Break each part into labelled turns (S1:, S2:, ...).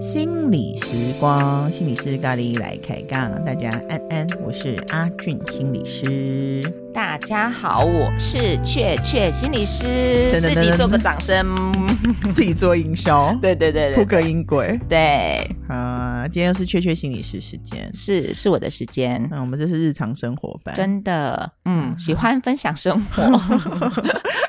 S1: 心理时光，心理师咖喱来开杠，大家安安，我是阿俊心理师。
S2: 大家好，我是雀雀心理师
S1: 噔，噔
S2: 自
S1: 噔
S2: 己
S1: 噔
S2: 做个掌声。
S1: 自己做营销，
S2: 对对对
S1: 扑
S2: 对
S1: 克音轨。
S2: 对，
S1: 啊、今天又是雀雀心理师时间。
S2: 是是我的时间，
S1: 那、我们这是日常生活版，
S2: 真的，嗯，喜欢分享生活，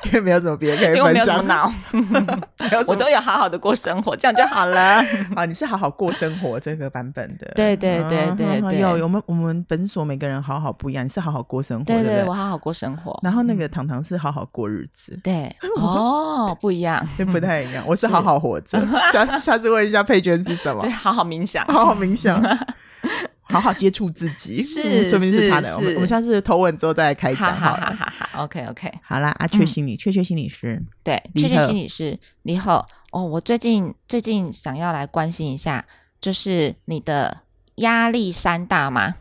S1: 因为没有什么别人可
S2: 因
S1: 以
S2: 为我
S1: 分
S2: 没有什么
S1: 享。
S2: 脑，
S1: 没有什么
S2: 我都有好好的过生活，这样就好了。
S1: 啊，你是好好过生活这个版本的。
S2: 对对
S1: 啊
S2: 对
S1: 哈
S2: 对
S1: 哈
S2: 对
S1: 有我们我们本所每个人好好不一样，你是好好过生活，
S2: 对
S1: 不
S2: 对，
S1: 对
S2: 我？好好过生活。
S1: 然后那个糖糖是好好过日子。
S2: 对，哦，不一样，
S1: 就不太一样，我是好好活 着。下下次问一下佩娟是什么
S2: 对，，好好冥想。
S1: 好好冥 想，好好接触自己，
S2: 是
S1: 嗯说明
S2: 是
S1: 是他的。我们
S2: 是
S1: 我们下次投稳之后再来开
S2: 哈
S1: 讲
S2: 哈
S1: 好
S2: 哈
S1: 了。
S2: 哈哈，OK OK，
S1: 好啦，啊阿雀
S2: 嗯
S1: 心理，雀雀心理师，
S2: 对，
S1: 你
S2: 确
S1: 好
S2: 确心理师，你好哦，我最近最近想要来关心一下，就是你的压力山大吗？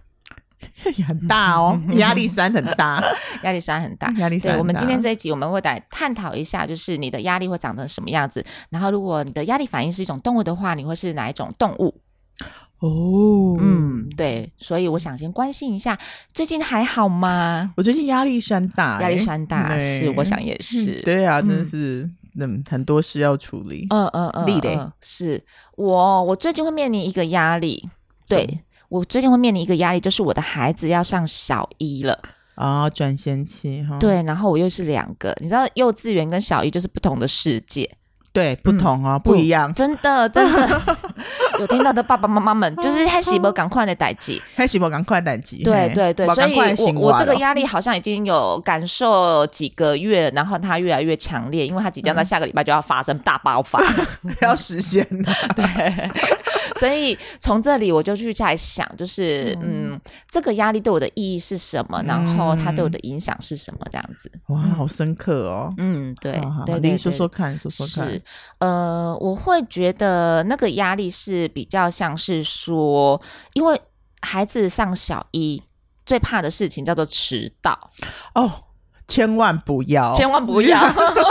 S1: 也很大哦， 压力山很大，
S2: 压力山嗯 很大。
S1: 嗯压力山很大。
S2: 对，我们今天这一集，我们会来探讨一下，就是你的压力会长成什么样子。然后，如果你的压力反应是一种动物的话，你会是哪一种动
S1: 嗯
S2: 物？
S1: 哦，
S2: 嗯，，对。所以我想先关心一下，最近还好吗？
S1: 我最近压力山大，
S2: 嗯压力
S1: 欸
S2: 山大，
S1: 对
S2: 是我想也是
S1: 嗯。对啊，
S2: 嗯
S1: 真的是嗯很多事要处理。
S2: 嗯嗯嗯，
S1: 力嘞
S2: 嗯是我，我最近会面临一个压力，
S1: 什么
S2: 对我最近会面临一个压力，就是我的孩子要上小一了，
S1: 啊，转衔期哈，
S2: 对，然后我又是两个，你知道幼稚园跟小一就是不同的世界，
S1: 对，不同
S2: 嗯
S1: 哦，不一样。
S2: 真的真 的有听到的爸爸妈妈们就是黑喜伯赶快的代际，
S1: 开始我赶快等级，
S2: 对
S1: 嘿
S2: 对对，
S1: 我
S2: 所以
S1: 赶快
S2: 我
S1: 醒
S2: 我
S1: 完
S2: 这个
S1: 了
S2: 压力好像已经有感受几个月，然后它越来越强烈，因为它即
S1: 嗯
S2: 将在下个礼拜就要发生大爆发。
S1: 要实现了，
S2: 嗯对， 所以从这里我就去在想，就是嗯这个压力对我的意义是什
S1: 嗯
S2: 么，然后它对我的影响是什么，这样子。
S1: 哇，好深刻哦。
S2: 嗯，对
S1: 好好
S2: 对
S1: 你
S2: 对，
S1: 说
S2: 对
S1: 说看，说说看
S2: 是。，呃，我会觉得那个压力是比较像是说，因为孩子上小一。最怕的事情叫做迟到，
S1: 哦，千万不要，
S2: 千万不要，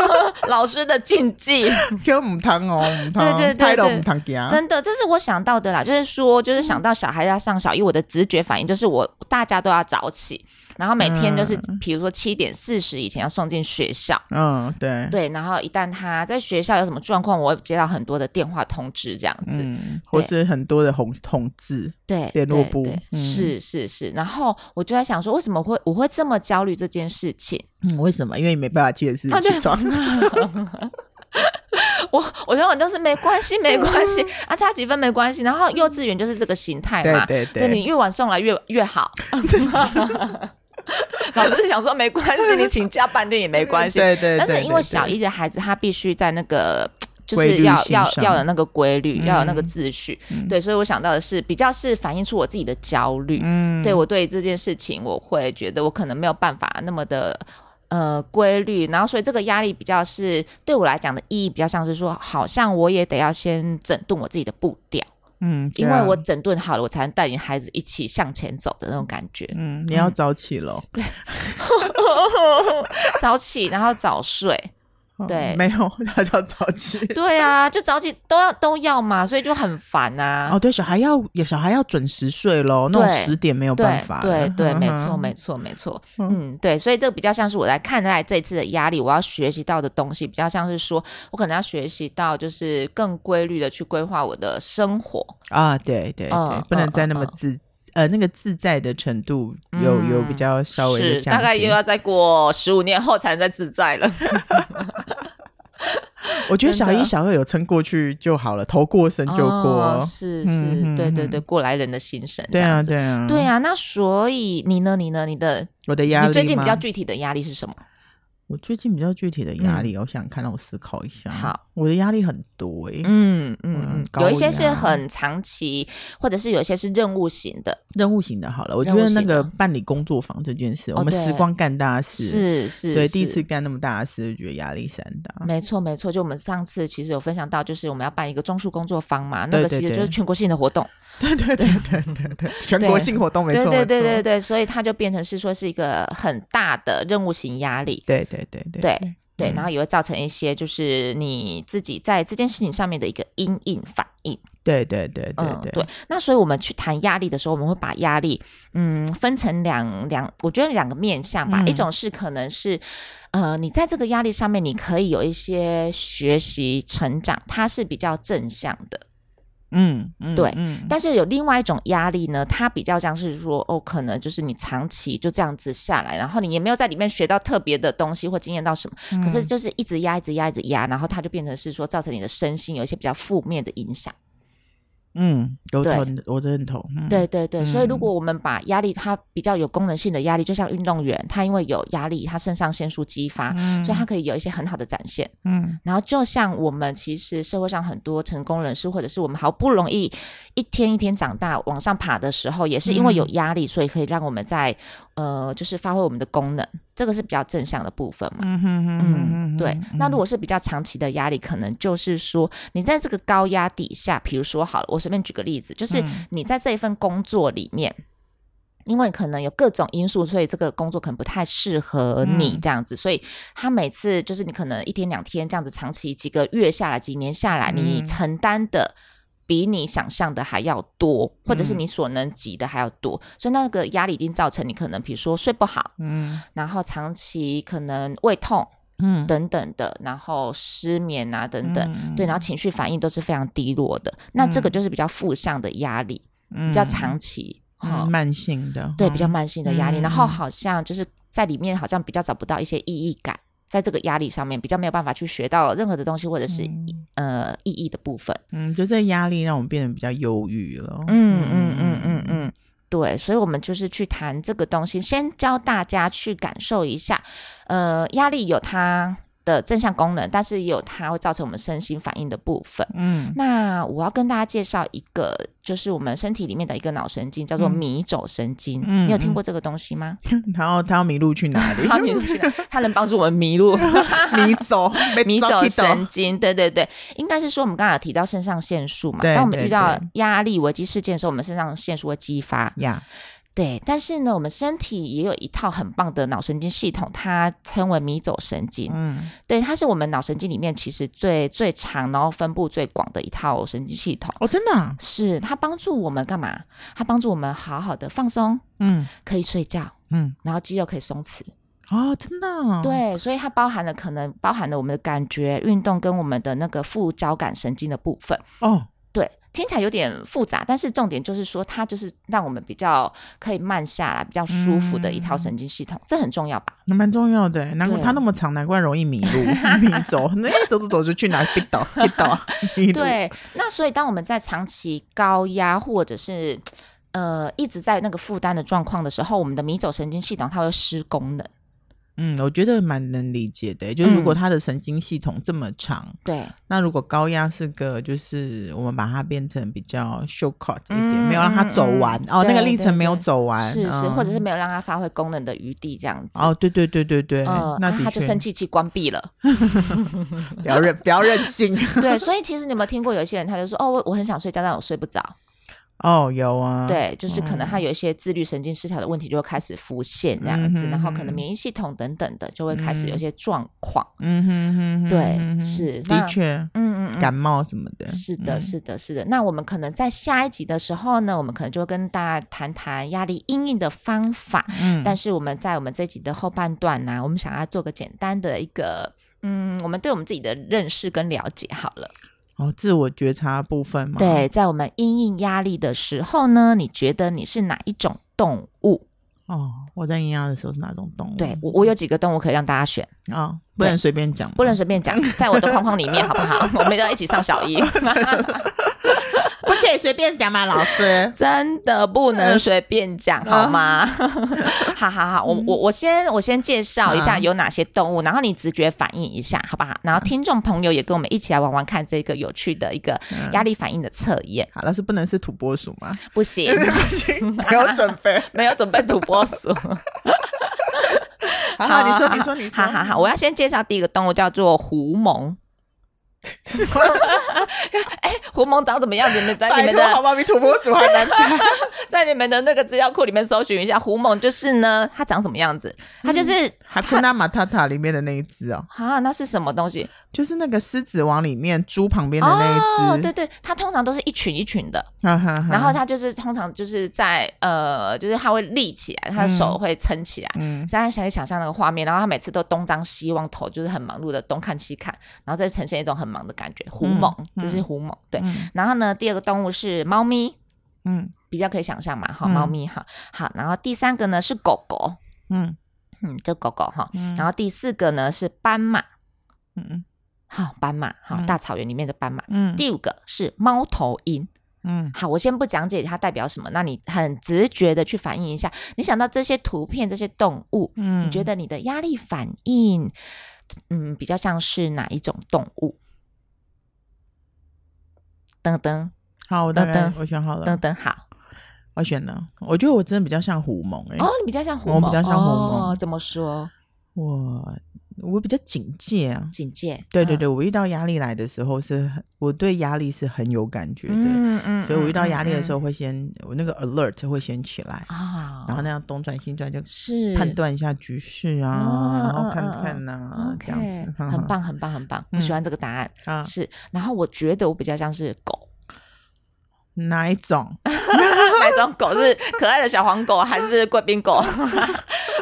S2: 老师的禁忌。
S1: 给我们汤哦，母汤，
S2: 对对对
S1: 拍到
S2: 对
S1: 母汤给啊，
S2: 真的，这是我想到的啦，就是说，就是想到小孩要上小一，我的直觉反应就是我大家都要早起，然后每天就是，比如说七点四十以前要送进学校。
S1: 嗯，对，
S2: 对，然后一旦他在学校有什么状况，我会接到很多的电话通知，这样子。
S1: 嗯，或是很多的红红字，
S2: 对，
S1: 联络
S2: 对
S1: 部
S2: 对
S1: 嗯
S2: 是是是。然后我就在想说，为什么会我会这么焦虑这件事情？
S1: 嗯，为什么？因为你没办法记得自己
S2: 啊对
S1: 起床，
S2: 我我永远都是没关系，没关 系啊，差几分没关系。然后幼稚园就是这个形态
S1: 对
S2: 嘛，
S1: 对
S2: 对你越晚送来越越好。 老师想说没关系，你请假半天也没关系。
S1: 对对，
S2: 但是
S1: 对
S2: 因为
S1: 对
S2: 小
S1: 对
S2: 一的孩子，他必须在那个。就
S1: 规
S2: 是
S1: 律
S2: 要
S1: 性
S2: 要
S1: 上
S2: 要有那个规律，
S1: 嗯
S2: 要有那个秩序，对，所以我想到的是，比较是反映出我自己的焦虑，
S1: 嗯，
S2: 对我对这件事情，我会觉得我可能没有办法那么的呃规律，然后所以这个压力比较是对我来讲的意义比较像是说，好像我也得要先整顿我自己的步调，
S1: 嗯，对
S2: 因为
S1: 啊
S2: 我整顿好了，我才能带领孩子一起向前走的那种感觉。
S1: 嗯，你要早起喽，
S2: 嗯早起，然后 早睡，
S1: 嗯
S2: 对
S1: 没有， 他叫早起。
S2: 对啊，就早起都要都要嘛，所以就很烦啊。
S1: 哦，对，小孩要有小孩要准时睡喽，那种
S2: 对
S1: 十点没有
S2: 对
S1: 办法了。
S2: 对对，
S1: 嗯
S2: 没
S1: 哼
S2: 错没错没错，
S1: 嗯
S2: 嗯，对，所以这个比较像是我来看待这一次的压力，我要学习到的东西，比较像是说我可能要学习到就是更规律的去规划我的生活，
S1: 啊，对对对
S2: 嗯，
S1: 不能
S2: 嗯
S1: 再那
S2: 嗯
S1: 么
S2: 嗯
S1: 自呃那个自在的程度有有比
S2: 嗯
S1: 较稍微的
S2: 是
S1: 降
S2: 大概
S1: 低
S2: 又要再过十五年后才能再自在了。
S1: 我觉得
S2: 真
S1: 小
S2: 的
S1: 一、小二有撑过去就好了，头过身就过。
S2: 哦是
S1: 嗯
S2: 是，
S1: 嗯
S2: 对对
S1: 嗯
S2: 对，过来人的心声，
S1: 对
S2: 这
S1: 啊，
S2: 样子。
S1: 对啊，
S2: 对啊，那所以你呢？你呢？你的
S1: 我的压力
S2: 你最近比
S1: 吗
S2: 较具体的压力是什么？
S1: 我最近比较具体的压力哦，我想看让我思考一下。
S2: 好，
S1: 我的压力很多诶、
S2: 嗯嗯
S1: 嗯
S2: 嗯，有一
S1: 高
S2: 些是
S1: 压
S2: 很长期，或者是有一些是任务型的，
S1: 任务型的好了，我觉
S2: 任
S1: 得
S2: 务
S1: 那
S2: 型的
S1: 个办理工作坊这件事，
S2: 哦
S1: 我们
S2: 对
S1: 时光干大事，
S2: 是是，
S1: 对，第一
S2: 是
S1: 次干那么大的事，就觉得压力山大。
S2: 没错，没错，就我们上次其实有分享到，就是我们要办一个中枢工作坊嘛，那
S1: 对
S2: 个
S1: 对
S2: 其实就是
S1: 对
S2: 全国性的活动，
S1: 对对对对对对，全国性活动没
S2: 对
S1: 错，
S2: 对
S1: 没
S2: 对
S1: 错
S2: 对对，所以它就变成是说是一个很大的任务型压力，
S1: 对对对对
S2: 对对，
S1: 嗯
S2: 然后也会造成一些就是你自己在这件事情上面的一个因应反应，
S1: 对对对
S2: 嗯，
S1: 对
S2: 对，。那所以我们去谈压力的时候，我们会把压力，嗯，分成两两，我觉得两个面向吧。
S1: 嗯
S2: 一种是可能是，呃，你在这个压力上面，你可以有一些学习成长，它是比较正向的。
S1: 嗯嗯
S2: 对
S1: 嗯，
S2: 但是有另外一种压力呢，它比较像是说，哦，可能就是你长期就这样子下来，然后你也没有在里面学到特别的东西或经验到什么，
S1: 嗯
S2: 可是就是一直压、一直压、一直压，然后它就变成是说造成你的身心有一些比较负面的影响。
S1: 嗯，都
S2: 对
S1: 同，我认同，嗯
S2: 对对对，所以如
S1: 嗯
S2: 果我们把压力，它比较有功能性的压力，就像运动员，他因为有压力，他肾上腺素激发，
S1: 嗯
S2: 所以他可以有一些很好的展现。
S1: 嗯
S2: 然后就像我们其实社会上很多成功人士，或者是我们好不容易一天一天长大往上爬的时候，也是因为
S1: 嗯
S2: 有压力，所以可以让我们在呃，就是发挥我们的功能，这个是比较正向的部分嘛。
S1: 嗯哼哼哼
S2: 嗯，
S1: 哼
S2: 对
S1: 哼。
S2: 那如果是比较长期的压力，可能就是说，你在这个高压底下，比如说好了，我随便举个例子，就是
S1: 嗯
S2: 你在这一份工作里面。因为可能有各种因素，所以这个工作可能不太适合你
S1: 嗯
S2: 这样子，所以他每次就是你可能一天两天这样子，长期几个月下来、几年下来，你
S1: 嗯
S2: 承担的比你想象的还要多，或者是
S1: 嗯
S2: 你所能及的还要多，所以那个压力已经造成你可能比如说睡不好，
S1: 嗯
S2: 然后长期可能胃痛，
S1: 嗯
S2: 等等的，然后失眠啊等等，
S1: 嗯
S2: 对，然后情绪反应都是非常低落的。那这个
S1: 嗯
S2: 就是比较负向的压力，
S1: 比
S2: 比较长期哈、
S1: 嗯慢性的，
S2: 对，比
S1: 嗯
S2: 较慢性的压力。然后
S1: 嗯
S2: 好像就是在里面好像比较找不到一些意义感，在这个压力上面比较没有办法去学到任何的东西，或者是、呃意义的部分。
S1: 嗯，就这个压力让我们变得比较忧郁了，
S2: 嗯嗯嗯嗯嗯，对，所以我们就是去谈这个东西，先教大家去感受一下，呃，压力有它的正向功能，但是也有它会造成我们身心反应的部分。
S1: 嗯
S2: 那我要跟大家介绍一个，就是我们身体里面的一个脑神经，叫做
S1: 嗯
S2: 迷走神经。
S1: 嗯
S2: 你有听
S1: 嗯
S2: 过这个东 西吗？
S1: 嗯，然后他要迷路去哪里？
S2: 它迷路去了，它能帮助我们迷路。
S1: 迷 走，被
S2: 迷走
S1: 去
S2: 神经，对对对，应该是说我们刚刚有提到肾上腺素嘛。
S1: 对
S2: 当我们
S1: 对
S2: 遇到
S1: 对
S2: 压力、危机事件的时候，我们肾上腺素会激发，
S1: 呀，
S2: 对，但是呢，我们身体也有一套很棒的脑神经系统，它称为迷走神经。
S1: 嗯
S2: 对，它是我们脑神经里面其实最最长，然后分布最广的一套神经系统。
S1: 哦，真的啊，
S2: 是它帮助我们干嘛？它帮助我们好好的放松，
S1: 嗯
S2: 可以睡觉，
S1: 嗯，
S2: 然后肌肉可以松弛。
S1: 哦，真的啊，
S2: 对，所以它包含了可能包含了我们的感觉、运动跟我们的那个副交感神经的部分。
S1: 哦，
S2: 对，听起来有点复杂，但是重点就是说，它就是让我们比较可以慢下来、比较舒服的一
S1: 嗯
S2: 套神经系统，这很重要吧？
S1: 那蛮重要的，欸难怪
S2: 对
S1: 他那么长，难怪容易迷路、 迷走，那走走走就去哪跌倒、跌倒、啊 迷路。
S2: 对，那所以当我们在长期高压或者是呃一直在那个负担的状况的时候，我们的迷走神经系统它会失功能。
S1: 嗯，我觉得蛮能理解的，欸就是
S2: 嗯
S1: 如果他的神经系统这么长，
S2: 对，
S1: 那如果高压是个，就是我们把它变成比较 short cut 一点，
S2: 嗯
S1: 没有让它走完、
S2: 嗯嗯
S1: 哦，那个
S2: 对
S1: 历
S2: 对
S1: 程没有
S2: 对
S1: 走完，
S2: 是是，
S1: 嗯
S2: 或者是没有让它发挥功能的余地，这样子。
S1: 哦，对对对对对，
S2: 呃，
S1: 那
S2: 那
S1: 的确
S2: 它就生气气关闭了。
S1: 不要任不要任 性
S2: 对，所以其实你有没有听过有一些人，他就说：“哦，我我很想睡觉，但我睡不着。”
S1: 哦，有啊，，
S2: 对，就是可能他有一些自律神经失调的问题就会开始浮现这样子，
S1: 嗯哼
S2: 然后可能
S1: 哼
S2: 免疫系统等等的就会开始有一
S1: 嗯
S2: 些状况。
S1: 嗯哼哼哼，嗯
S2: 对
S1: 哼哼
S2: 是那
S1: 的确，
S2: 嗯嗯嗯。
S1: 感冒什么的，
S2: 是的，
S1: 嗯
S2: 是的，是的。那我们可能在下一集的时候呢，我们可能就会跟大家谈谈压力应应的方法。
S1: 嗯，
S2: 但
S1: 是
S2: 是我们在我们这集的后半段呢、我们想要做个简单的一个，嗯，我们对我们自己的认识跟了解好了。
S1: 哦，自我觉察部分嘛，
S2: 对，在我们因应压力的时候呢，你觉得你是哪一种动物？
S1: 哦，我在营养的时候是哪种动物？
S2: 对我，
S1: 嗯
S2: 我有几个动物可以让大家选。
S1: 哦，不能随便讲，
S2: 不能 随便讲，在我的框框里面好不好？我们要一起上小一，，
S1: 不可以随便讲吗？老师
S2: 真的不能随便讲，
S1: 嗯
S2: 好吗？ 好好好，我我我先我先介绍一下
S1: 嗯
S2: 有哪些动物，然后你直觉反应一下，好不好？然后听众朋友也跟我们一起来玩玩看这个有趣的一个
S1: 嗯
S2: 压力反应的测验，
S1: 好，老师不能是土拨鼠 吗？
S2: 不行，
S1: 没有准备。
S2: 没有准备土拨鼠。
S1: 好好，你说，你说，你说。
S2: 好好好，我要先介绍第一个动物叫做狐 獴。 哎，狐獴长怎么样？你们在你
S1: 拜
S2: 们
S1: 托，好
S2: 的
S1: 吧，比土拨鼠还难 猜。
S2: 在你们的那个资料库里面搜寻一下，狐獴就是呢，它长什么样子？它就是、
S1: 哈库纳马塔塔里面的那一只哦，
S2: 啊，那是什么东西？
S1: 就是那个狮子王里面猪旁边的那
S2: 哦，
S1: 一只嗯
S2: 对。对，它通常都是一群一群的，
S1: 哈哈哈
S2: 然后它就是通常就是在呃，就是它会立起来，它的手会撑起来。
S1: 嗯，
S2: 现在想一想象那个画面，然后它每次都东张西望，头就是很忙碌的东看西看，然后再呈现一种很忙的感觉。狐獴，
S1: 嗯
S2: 这是狐獴，对。
S1: 嗯
S2: 然后呢，第二个动物是猫咪，
S1: 嗯
S2: 比较可以想象嘛，哈，
S1: 嗯
S2: 猫咪哈，好。然后第三个呢是狗狗，
S1: 嗯
S2: 嗯，就狗狗哈。
S1: 嗯，
S2: 然后第四个呢是斑马，
S1: 嗯
S2: 好，斑马，好，
S1: 嗯
S2: 大草原里面的斑马。
S1: 嗯
S2: 第五个是猫头鹰。
S1: 嗯
S2: 好，我先不讲解它代表什么，那你很直觉的去反应一下。你想到这些图片、这些动物，
S1: 嗯
S2: 你觉得你的压力反应，嗯，比较像是哪一种动物？噔噔
S1: 好？我大
S2: 等
S1: 概
S2: 等
S1: 我选好了
S2: 噔，噔，好
S1: 我选了。我觉得我真的比较像狐獴哎
S2: 哦，，你比较像狐
S1: 我
S2: 獴，
S1: 比较像狐
S2: 哦
S1: 獴
S2: 怎么说？
S1: 我我比较警戒啊。
S2: 警戒？
S1: 对对
S2: 嗯
S1: 对，，我遇到压力来的时候是很，我对压力是很有感觉的，
S2: 嗯嗯
S1: 所以我遇到压力的时候
S2: 候
S1: 会先，我那个 alert 会先起来，
S2: 啊，
S1: 然后那样东转西转就是判。断一下局势
S2: 哦
S1: 啊，然后看
S2: 嗯嗯
S1: 看呐，啊这
S2: OK，
S1: 样子，哈
S2: 很
S1: 哈
S2: 棒，很棒，很棒！我
S1: 嗯
S2: 喜欢这个答案，
S1: 啊，
S2: 是。然后我觉得我比较像是狗，
S1: 哪一种？
S2: 哪种狗是可爱的小黄狗还是贵宾狗？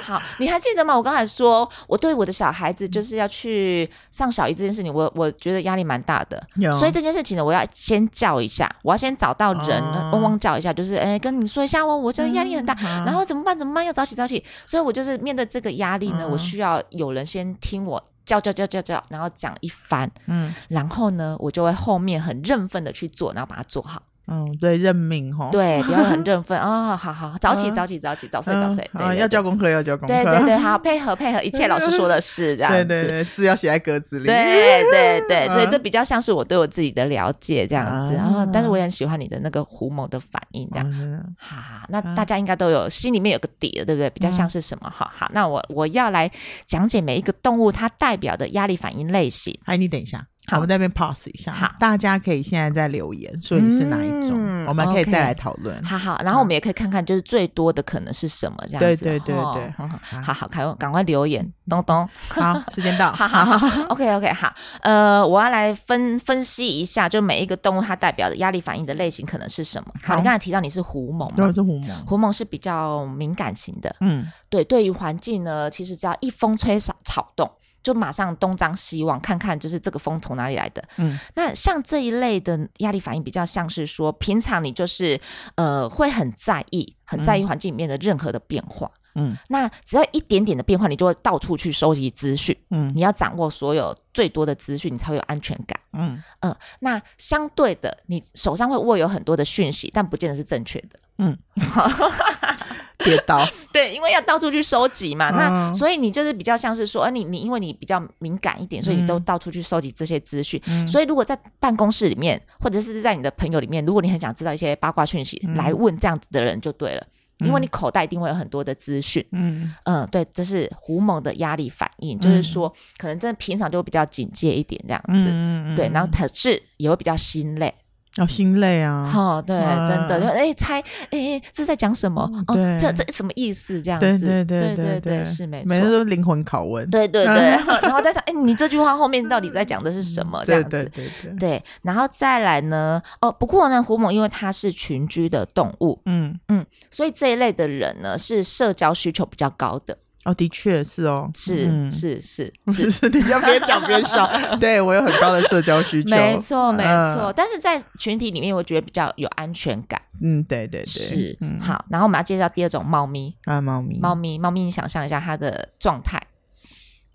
S2: 好，你还记得吗？我刚才说我对我的小孩子
S1: 嗯
S2: 就是要去上小一这件事情，我我觉得压力蛮大的。
S1: 有
S2: 所以这件事情呢，我要先叫一下，我要先找到人，
S1: 哦
S2: 汪汪叫一下，就是哎、跟你说一下哦，我真的压力很大，
S1: 嗯好
S2: 然后怎么办？怎么办？要早起早起。所以我就是面对这个压力呢，
S1: 嗯
S2: 我需要有人先听我叫叫叫叫叫，然后讲一番，
S1: 嗯
S2: 然后呢，我就会后面很认份的去做，然后把它做好。
S1: 嗯，对，认命嗯哈，
S2: 对，不要很认 份啊、好好，早起
S1: 嗯
S2: 早起早起，早睡
S1: 嗯，
S2: 早睡，对
S1: 啊，
S2: 对
S1: 要
S2: 对
S1: 交功课，要交功
S2: 对
S1: 课，
S2: 对对，好配合配合，一切老师说的是这样子。
S1: 对对对，字要写在格子里，
S2: 对对对，所以
S1: 嗯
S2: 这比较像是我对我自己的了解这样子啊、
S1: 啊
S2: 但是我也很喜欢你的那个狐獴的反应这样。
S1: 啊，真的
S2: 哈、那
S1: 嗯
S2: 大家应该都有心里面有个底了，对不对？比较像是什么？好好，那我我要来讲解每一个动物它代表的压力反应类型。
S1: 哎，你等一下，
S2: 好
S1: 我们在那边 pause 一下，
S2: 好
S1: 大家可以现在在留言说你是哪一种，
S2: 嗯
S1: 我们可以
S2: OK
S1: 再来讨论。
S2: 好好，然后我们也可以看看，就是最多的可能是什么这样子。
S1: 对对对
S2: 哦
S1: 对
S2: 好好
S1: 好
S2: 好好，赶赶快留言，东东。
S1: 好，时间到，
S2: 好好好，OK OK，好，呃，我要来分分析一下，就每一个动物它代表的压力反应的类型可能是什么。好，
S1: 好
S2: 你刚才提到你是狐獴
S1: 如
S2: 嘛
S1: 果？是狐獴，
S2: 狐獴是比较敏感型的，
S1: 嗯，
S2: 对，对于环境呢，其实只要一风吹草草动，就马上东张西望，看看就是这个风从哪里来的。
S1: 嗯，
S2: 那像这一类的压力反应，比较像是说，平常你就是呃会很在意，很在意环境里面的任何的变化。
S1: 嗯
S2: 那只要一点点的变化，你就会到处去收集资讯。
S1: 嗯
S2: 你要掌握所有最多的资讯，你才会有安全感。
S1: 嗯
S2: 嗯，那相对的，你手上会握有很多的讯息，但不见得是正确的。
S1: 嗯，跌
S2: 嗯
S1: 倒，
S2: 对，因为要到处去收集嘛，那
S1: 嗯
S2: 所以你就是比较像是说，呃，你你因为你比较敏感一点，所以你都
S1: 嗯
S2: 到处去收集这些资讯。
S1: 嗯
S2: 所以如果在办公室里面，或者是在你的朋友里面，如果你很想知道一些八卦讯息，
S1: 嗯
S2: 来问这样子的人就对了。因为
S1: 嗯
S2: 你口袋一定会有很多的资讯，
S1: 嗯
S2: 嗯，对，这是狐獴的压力反应，就是说可能真的平常就会比较警戒一点这样子，
S1: 嗯
S2: 对，然后可是也会比较心累，
S1: 要哦心累啊，
S2: 哦，对，
S1: 嗯
S2: 真的，就哎猜，哎这是在讲什么？哦
S1: 对，
S2: 这这什么意思？这样
S1: 对
S2: 子，
S1: 对
S2: 对
S1: 对
S2: 对，是没
S1: 每次
S2: 错。
S1: 都灵魂拷问，
S2: 对对对，然后再想，哎，你这句话后面到底在讲的是什么？这样
S1: 嗯对
S2: 子，
S1: 对对对，
S2: 对然后再来呢，哦，不过呢，狐獴因为它是群居的动物，
S1: 嗯，
S2: 所以这一类的人呢是社交需求比较高的，
S1: 哦，的确是哦，
S2: 是、
S1: 嗯
S2: 是是 是，
S1: 是，你要边讲边 笑，对我有很高的社交需求，
S2: 没错没
S1: 嗯
S2: 错，但是在群体里面，我觉得比较有安全感，
S1: 嗯，对对对，
S2: 是、
S1: 嗯，
S2: 好。然后我们要介绍第二种猫咪，
S1: 啊，猫咪，
S2: 猫咪，猫咪，你想象一下它的状态，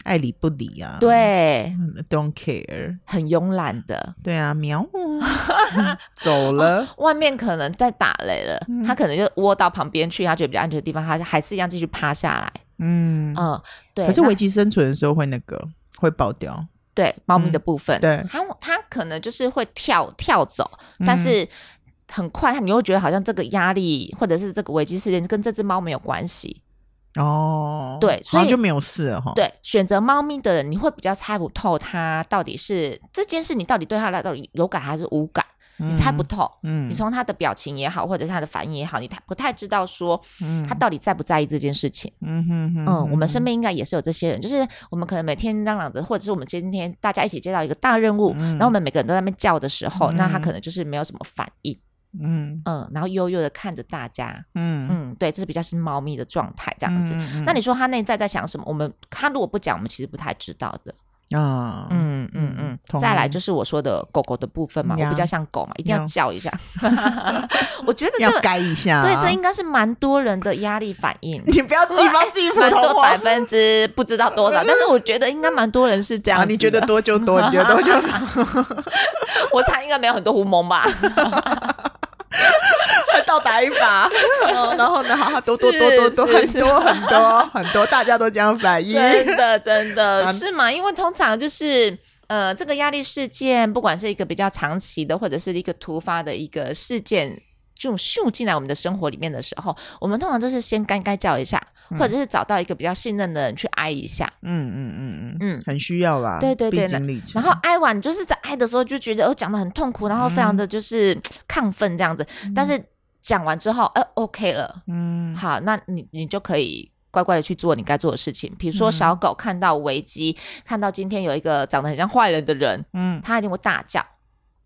S1: 爱理不理啊，
S2: 对，
S1: 嗯，don't care，
S2: 很慵懒的。
S1: 对啊，喵， 走了，
S2: 外面可能在打雷了，
S1: 嗯
S2: 他可能就窝到旁边去，他觉得比较安全的地方，他还是一样继续趴下来。
S1: 嗯，
S2: 嗯，对。
S1: 可是
S2: 那
S1: 危机生存的时候会那个会爆掉，
S2: 对猫咪的部分，
S1: 嗯对
S2: 它它可能就是会跳跳走，
S1: 嗯
S2: 但是很快你会觉得好像这个压力或者是这个危机事件跟这只猫没有关系。
S1: 哦，
S2: 对所
S1: 好像
S2: 以
S1: 就没有事了哈，，
S2: 对，选择猫咪的人，你会比较猜不透它到底是这件事，你到底对它来到底有感还是无感，你猜不透。
S1: 嗯，
S2: 你从它的表情也好，或者是它的反应也好，你太不太知道说
S1: 嗯
S2: 它到底在不在意这件事情。
S1: 嗯哼哼，
S2: 嗯，我们身
S1: 边
S2: 边应该也是有这些人，就是我们可能每天嚷嚷着，或者是我们今天大家一起接到一个大任务，
S1: 嗯
S2: 然后我们每个人都在那边叫的时候，那他
S1: 嗯
S2: 可能就是没有什么反应，
S1: 嗯
S2: 嗯，然后悠悠的看着大家，
S1: 嗯
S2: 嗯，对，这是比较是猫咪的状态这样子。那你说他内在在想什么？我们他如果不讲，我们其实不太知道的。
S1: 你啊，
S2: 嗯嗯
S1: 嗯
S2: 嗯。
S1: 同意
S2: 再来就是我说的狗狗的部分嘛，
S1: 呀
S2: 我比较像狗嘛，一定要
S1: 呀
S2: 叫一下。 我觉得这
S1: 要
S2: 个
S1: 改一下，啊
S2: 对，这应该是蛮多人的压力反 应。
S1: 你不要自己帮自己普
S2: 蛮
S1: 通
S2: 多百
S1: 话。啊
S2: 分之不知道多 少，但是我觉得应该蛮多人是这样
S1: 啊，
S2: 子的。
S1: 你觉得多就多，你觉得多就多。
S2: 我猜应该没有很多狐 獴吧？
S1: 倒打一把，哦然后呢，哈多多
S2: 是
S1: 多多多，很
S2: 是是
S1: 多很多很多，大家都这样反应。
S2: 真的真 的
S1: 啊
S2: 是吗？因为通常就是。呃，这个压力事件，不管是一个比较长期的，或者是一个突发的一个事件，这种咻进来我们的生活里面的时候，我们通常就是先干干叫一下，或者是找到一个比较信任的人去挨一下，
S1: 嗯嗯嗯嗯
S2: 嗯
S1: 嗯，很需要啦。
S2: 对对对
S1: 必经历程
S2: 然后挨完，就是在挨的时候就觉得哦，讲的很痛苦，然后非常的就是嗯亢奋这样子。但是讲完之后，呃，OK 了，
S1: 嗯
S2: 好，那你你就可以。乖乖的去做你该做的事情，比
S1: 嗯
S2: 如说小狗看到危机，看到今天有一个长得很像坏人的人，
S1: 嗯
S2: 它一定会大叫，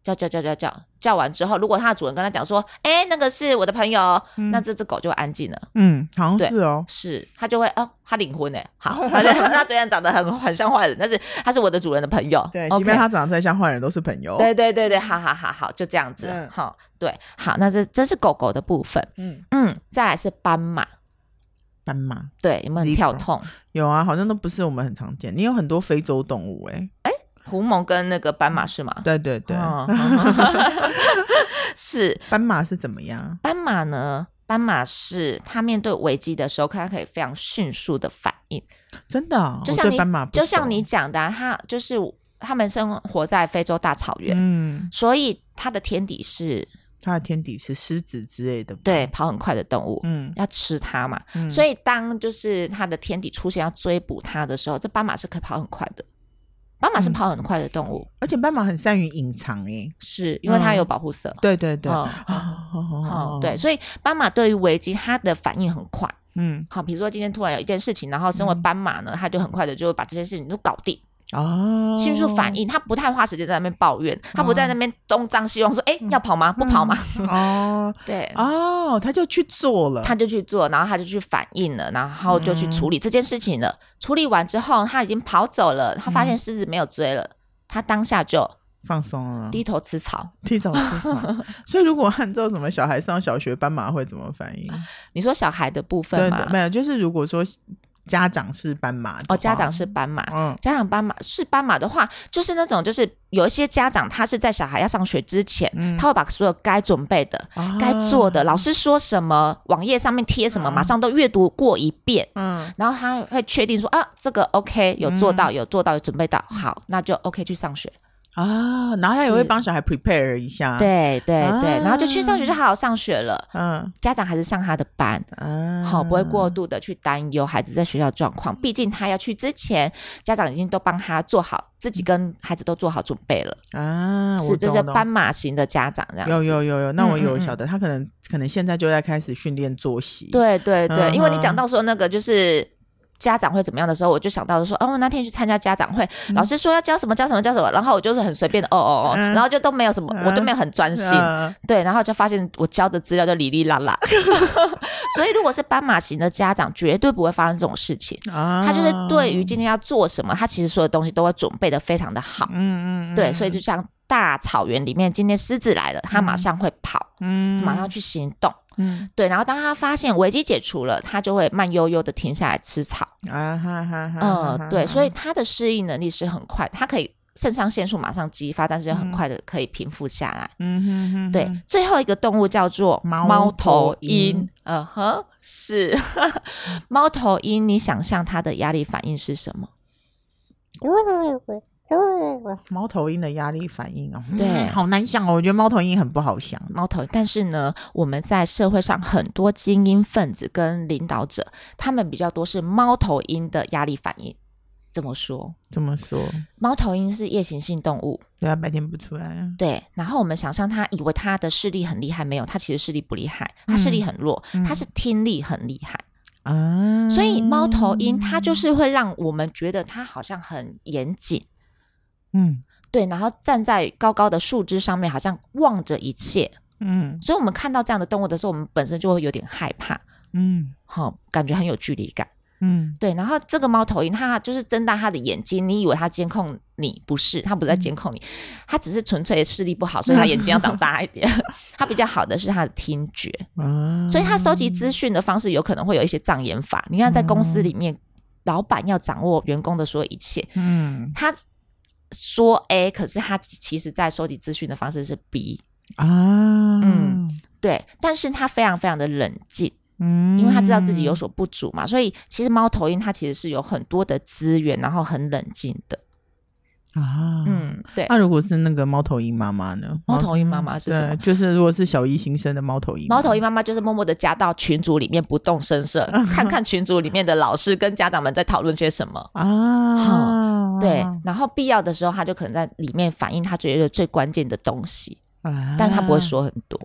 S2: 叫叫叫叫叫，叫完之后，如果它的主人跟它讲说，哎、那个是我的朋友，哦那这只狗就会安静了。
S1: 嗯，好像是哦。
S2: 是，它就会哦，它领婚哎， 好，反正它虽然长得很很像坏人，但是它是我的主人的朋友，
S1: 对，即
S2: OK
S1: 便他长得再像坏人，都是朋友。
S2: 对对对对，好好好好，就这样子
S1: 嗯，
S2: 好、对，好，那这这是狗狗的部分，
S1: 嗯，
S2: 嗯，再来是斑马，
S1: 斑马
S2: 对，有没有很
S1: Zebra
S2: 跳痛？
S1: 有啊，好像都不是我们很常见。你有很多非洲动物哎，
S2: 狐獴跟那个斑马是吗？
S1: 对对对，
S2: 哦，好好 是
S1: 斑马是怎么样？
S2: 斑马呢？斑马是它面对危机的时候，它可以非常迅速的反应，
S1: 真的哦，
S2: 就
S1: 我
S2: 像
S1: 对
S2: 你
S1: 斑马不
S2: 就像
S1: 熟
S2: 你讲的、啊，它就是它们生活在非洲大草原，
S1: 嗯，
S2: 所以它的天敌是
S1: 它的天敌是狮子之类的。
S2: 对，跑很快的动物，
S1: 嗯，
S2: 要吃它嘛。
S1: 嗯
S2: 所以当就是它的天敌出现要追捕它的时候，这斑马是可以跑很快的。斑马是
S1: 嗯
S2: 跑很快的动物，
S1: 而且斑马很善于隐藏哎。
S2: 是因为它
S1: 嗯
S2: 有保护色。
S1: 对对对，
S2: 嗯
S1: 哦
S2: 嗯，对，，所以斑马对于危机，它的反应很快。
S1: 嗯
S2: 好，比如说今天突然有一件事情，然后身为斑马呢，它就很快的就把这件事情都搞定，
S1: 哦，嗯
S2: 迅速反应，它不太花时间在那边抱怨，它不在那边东张西望说，哎，要跑吗？不跑吗？
S1: 哦
S2: 对，
S1: 哦，他就去做了，
S2: 他就去做，然后他就去反应了，然后就去处理这件事情了。处理完之后，他已经跑走了，他发现狮子没有追了，他当下就
S1: 放松了，
S2: 低头吃草。
S1: 提早出 场。所以如果按照什么小孩上小学，斑马会怎么反 应？
S2: 你说小孩的部分
S1: 对的，
S2: 嘛，
S1: 没有，就是如果说家长是斑马的话，
S2: 哦，家长是斑马。
S1: 嗯
S2: 家长斑马是斑马的话，就是那种就是有一些家长他是在小孩要上学之前，
S1: 嗯
S2: 他会把所有该准备的、
S1: 啊
S2: 该做的，老师说什么，网页上面贴什么，马上都阅读过一遍，
S1: 嗯
S2: 然后他会确定说啊，这个 OK 有做到，有做到，有准备到，好，那就 OK 去上学。
S1: 啊，然后他也会
S2: 是
S1: 帮小孩 prepare 一下，，
S2: 对对
S1: 啊
S2: 对，然后就去上学，就好好上学了。
S1: 嗯
S2: 家长还是上他的班，
S1: 啊，
S2: 好不会过度的去担忧孩子在学校的状况。毕竟他要去之前，家长已经都帮他做好，自己跟孩子都做好准备了。
S1: 啊，我
S2: 是，这
S1: 懂
S2: 是
S1: 懂
S2: 斑马型的家长这样子。
S1: 有有有有，那我
S2: 嗯嗯
S1: 有
S2: 嗯
S1: 晓得，他可能可能现在就在开始训练作息，，
S2: 对对对，
S1: 嗯
S2: 因为你
S1: 哼
S2: 讲到说那个就是。家长会怎么样的时候，我就想到说，哦，我那天去参加家长会，老师说要教什么教什么教什么，然后我就是很随便的，哦哦哦，
S1: 嗯
S2: 然后就都没有什么，我都
S1: 嗯
S2: 没有很专心，
S1: 啊
S2: 对，然后就发现我教的资料就哩哩啦啦， 所以如果是斑马型的家长，绝对不会发生这种事情。他
S1: 他
S2: 就是对于今天要做什么，他其实所有东西都会准备的非常的好，
S1: 嗯嗯嗯
S2: 对，所以就像大草原里面，今天狮子来了，他马上会跑，
S1: 嗯
S2: 马上去行动。
S1: 嗯
S2: 对，然后当他发现危机解除了，他就会慢悠悠的停下来吃草。
S1: 啊哈哈哈哈哈
S2: 嗯，对，所以他的适应能力是很快，他可以肾上腺素马上激发，但是又很快的可以平复下来。
S1: 嗯哼哼，
S2: 对，最后一个动物叫做
S1: 猫
S2: 头
S1: 头鹰
S2: 鹰，嗯哼，是 猫头鹰。你想象它的压力反应是什么？
S1: 猫头鹰的压力反应哦，
S2: 对
S1: 嗯 好难想哦，我觉得猫头鹰很不好想。
S2: 猫头鹰。但是呢，我们在社会上很多精英分子跟领导者，他们比较多是猫头鹰的压力反应。怎么说？
S1: 这么说，
S2: 猫头鹰是夜行性动物，
S1: 对啊，白天不出来啊。
S2: 对，然后我们想象他以为他的视力很厉害，没有，他其实视力不厉害，他视力很弱，
S1: 嗯
S2: 他是听力很厉害。
S1: 啊，
S2: 所以猫头鹰它就是会让我们觉得它好像很严谨，
S1: 嗯
S2: 对，然后站在高高的树枝上面，好像望着一切。
S1: 嗯
S2: 所以我们看到这样的动物的时候，我们本身就会有点害怕，
S1: 嗯
S2: 好、感觉很有距离感。
S1: 嗯
S2: 对，然后这个猫头鹰它就是睁大它的眼睛，你以为它监控你，不是，它不是在监控你，它只是纯粹视力不好，所以它眼睛要长大一点。它比较好的是它的听觉，
S1: 啊，
S2: 所以它收集资讯的方式有可能会有一些障眼法。你看，在公司里面，老板要掌握员工的所有一切，
S1: 嗯
S2: 他说 A，可是他其实在收集资讯的方式是 B。
S1: 啊，
S2: 嗯对，但是他非常非常的冷静，
S1: 嗯
S2: 因为他知道自己有所不足嘛，所以其实猫头鹰它其实是有很多的资源，然后很冷静的。
S1: 啊，嗯。
S2: 嗯，对。
S1: 那如果是那个猫头鹰妈妈呢？
S2: 猫头鹰妈妈是什么
S1: 对，就是如果是小一新生的猫头鹰，
S2: 猫头鹰妈妈就是默默的加到群组里面不动声色，
S1: 嗯
S2: 看看群组里面的老师跟家长们在讨论些什
S1: 哦
S2: 么。
S1: 啊，
S2: 对，然后必要的时候，他就可能在里面反映他觉得最关键的东西，
S1: 啊，
S2: 但他不会说很多。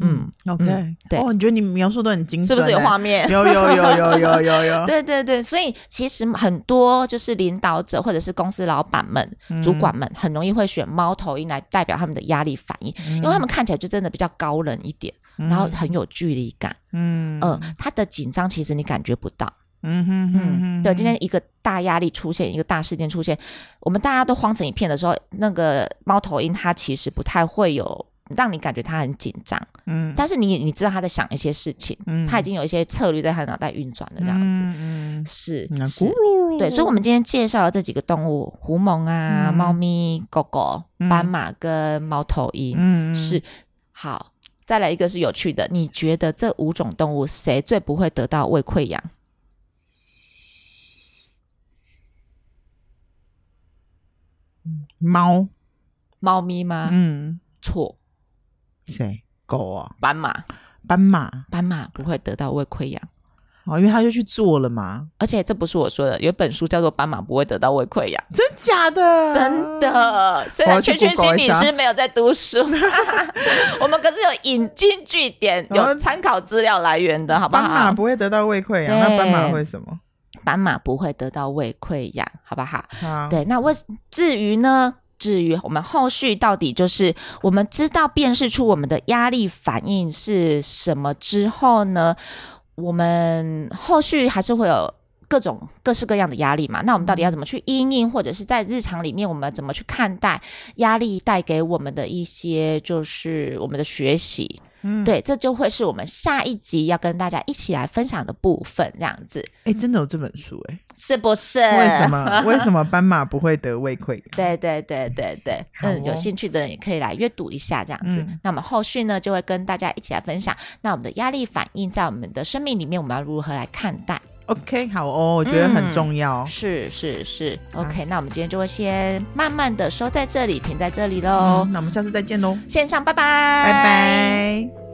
S2: 嗯，
S1: ，OK，
S2: 嗯对
S1: 哦，你觉得你描述都很精
S2: 是
S1: 准
S2: 不
S1: 欸，
S2: 是有画面？
S1: 有有有有有有有，
S2: 对对对，所以其实很多就是领导者或者是公司老板们、
S1: 嗯
S2: 主管们，很容易会选猫头鹰来代表他们的压力反应，因为他们看起来就真的比较高冷一点，
S1: 嗯，然
S2: 然后很有距离感。
S1: 嗯
S2: 嗯、他的紧张其实你感觉不到。
S1: 嗯哼哼
S2: 嗯，
S1: 哼
S2: 对，今天一个大压力出现，一个大事件出现，我们大家都慌成一片的时候，那个猫头鹰它其实不太会有让你感觉它很紧张，
S1: 嗯
S2: 但是你你知道它在想一些事情，
S1: 嗯
S2: 它已经有一些策略在它脑袋运转了，这样子。
S1: 嗯嗯
S2: 是
S1: 嗯
S2: 是
S1: 咕，噜
S2: 对，所以，我们今天介绍的这几个动物，狐獴啊、
S1: 嗯
S2: 猫咪、狗狗、
S1: 嗯
S2: 斑马跟猫头鹰，
S1: 嗯嗯
S2: 是好。再来一个是有趣的，你觉得这五种动物谁最不会得到胃溃疡？
S1: 猫，
S2: 猫咪吗？
S1: 嗯，
S2: 错，
S1: 谁？狗啊，
S2: 斑马，
S1: 斑马
S2: 斑马不会得到胃溃疡。
S1: 哦，因为它就去做了嘛，
S2: 而且这不是我说的，有一本书叫做《斑马不会得到胃溃疡
S1: 真假的？》，
S2: 真，的。虽
S1: 啊我
S2: 然
S1: 要去
S2: 圈圈
S1: Google
S2: 心
S1: 一
S2: 理
S1: 下
S2: 师没有在 读书， 我们可是有引经据典，有
S1: 呃
S2: 参考资料来源的，好不好？
S1: 斑马不会得到胃溃
S2: 对
S1: 疡，那斑马会什么？
S2: 斑马不会得到胃溃疡，好不好？
S1: 好，
S2: 对，那为至于呢？至于我们后续到底就是我们知道辨识出我们的压力反应是什么之后呢，我们后续还是会有各种各式各样的压力嘛？那我们
S1: 嗯
S2: 到底要怎么去应应，或者是在日常里面我们怎么去看待压力带给我们的一些就是我们的学习？
S1: 嗯，
S2: 对，这就会是我们下一集要跟大家一起来分享的部分，这样子。
S1: 哎，真的有这本书哎，
S2: 是不是？
S1: 为什？ 么为什么斑马不会得胃溃疡？
S2: 对对对对对，
S1: 好
S2: 嗯，有
S1: 哦
S2: 兴趣的人也可以来阅读一下这样子。
S1: 嗯
S2: 那我们后续呢，就会跟大家一起来分享，那我们的压力反应在我们的生命里面，我们要如何来看待？
S1: OK，好哦，我觉得
S2: 嗯
S1: 很重要。
S2: 是是是，OK，、那我们今天就会先慢慢的收在这里，停在这里喽
S1: 嗯，那我们下次再见喽，
S2: 线上拜拜，
S1: 嗯拜。拜。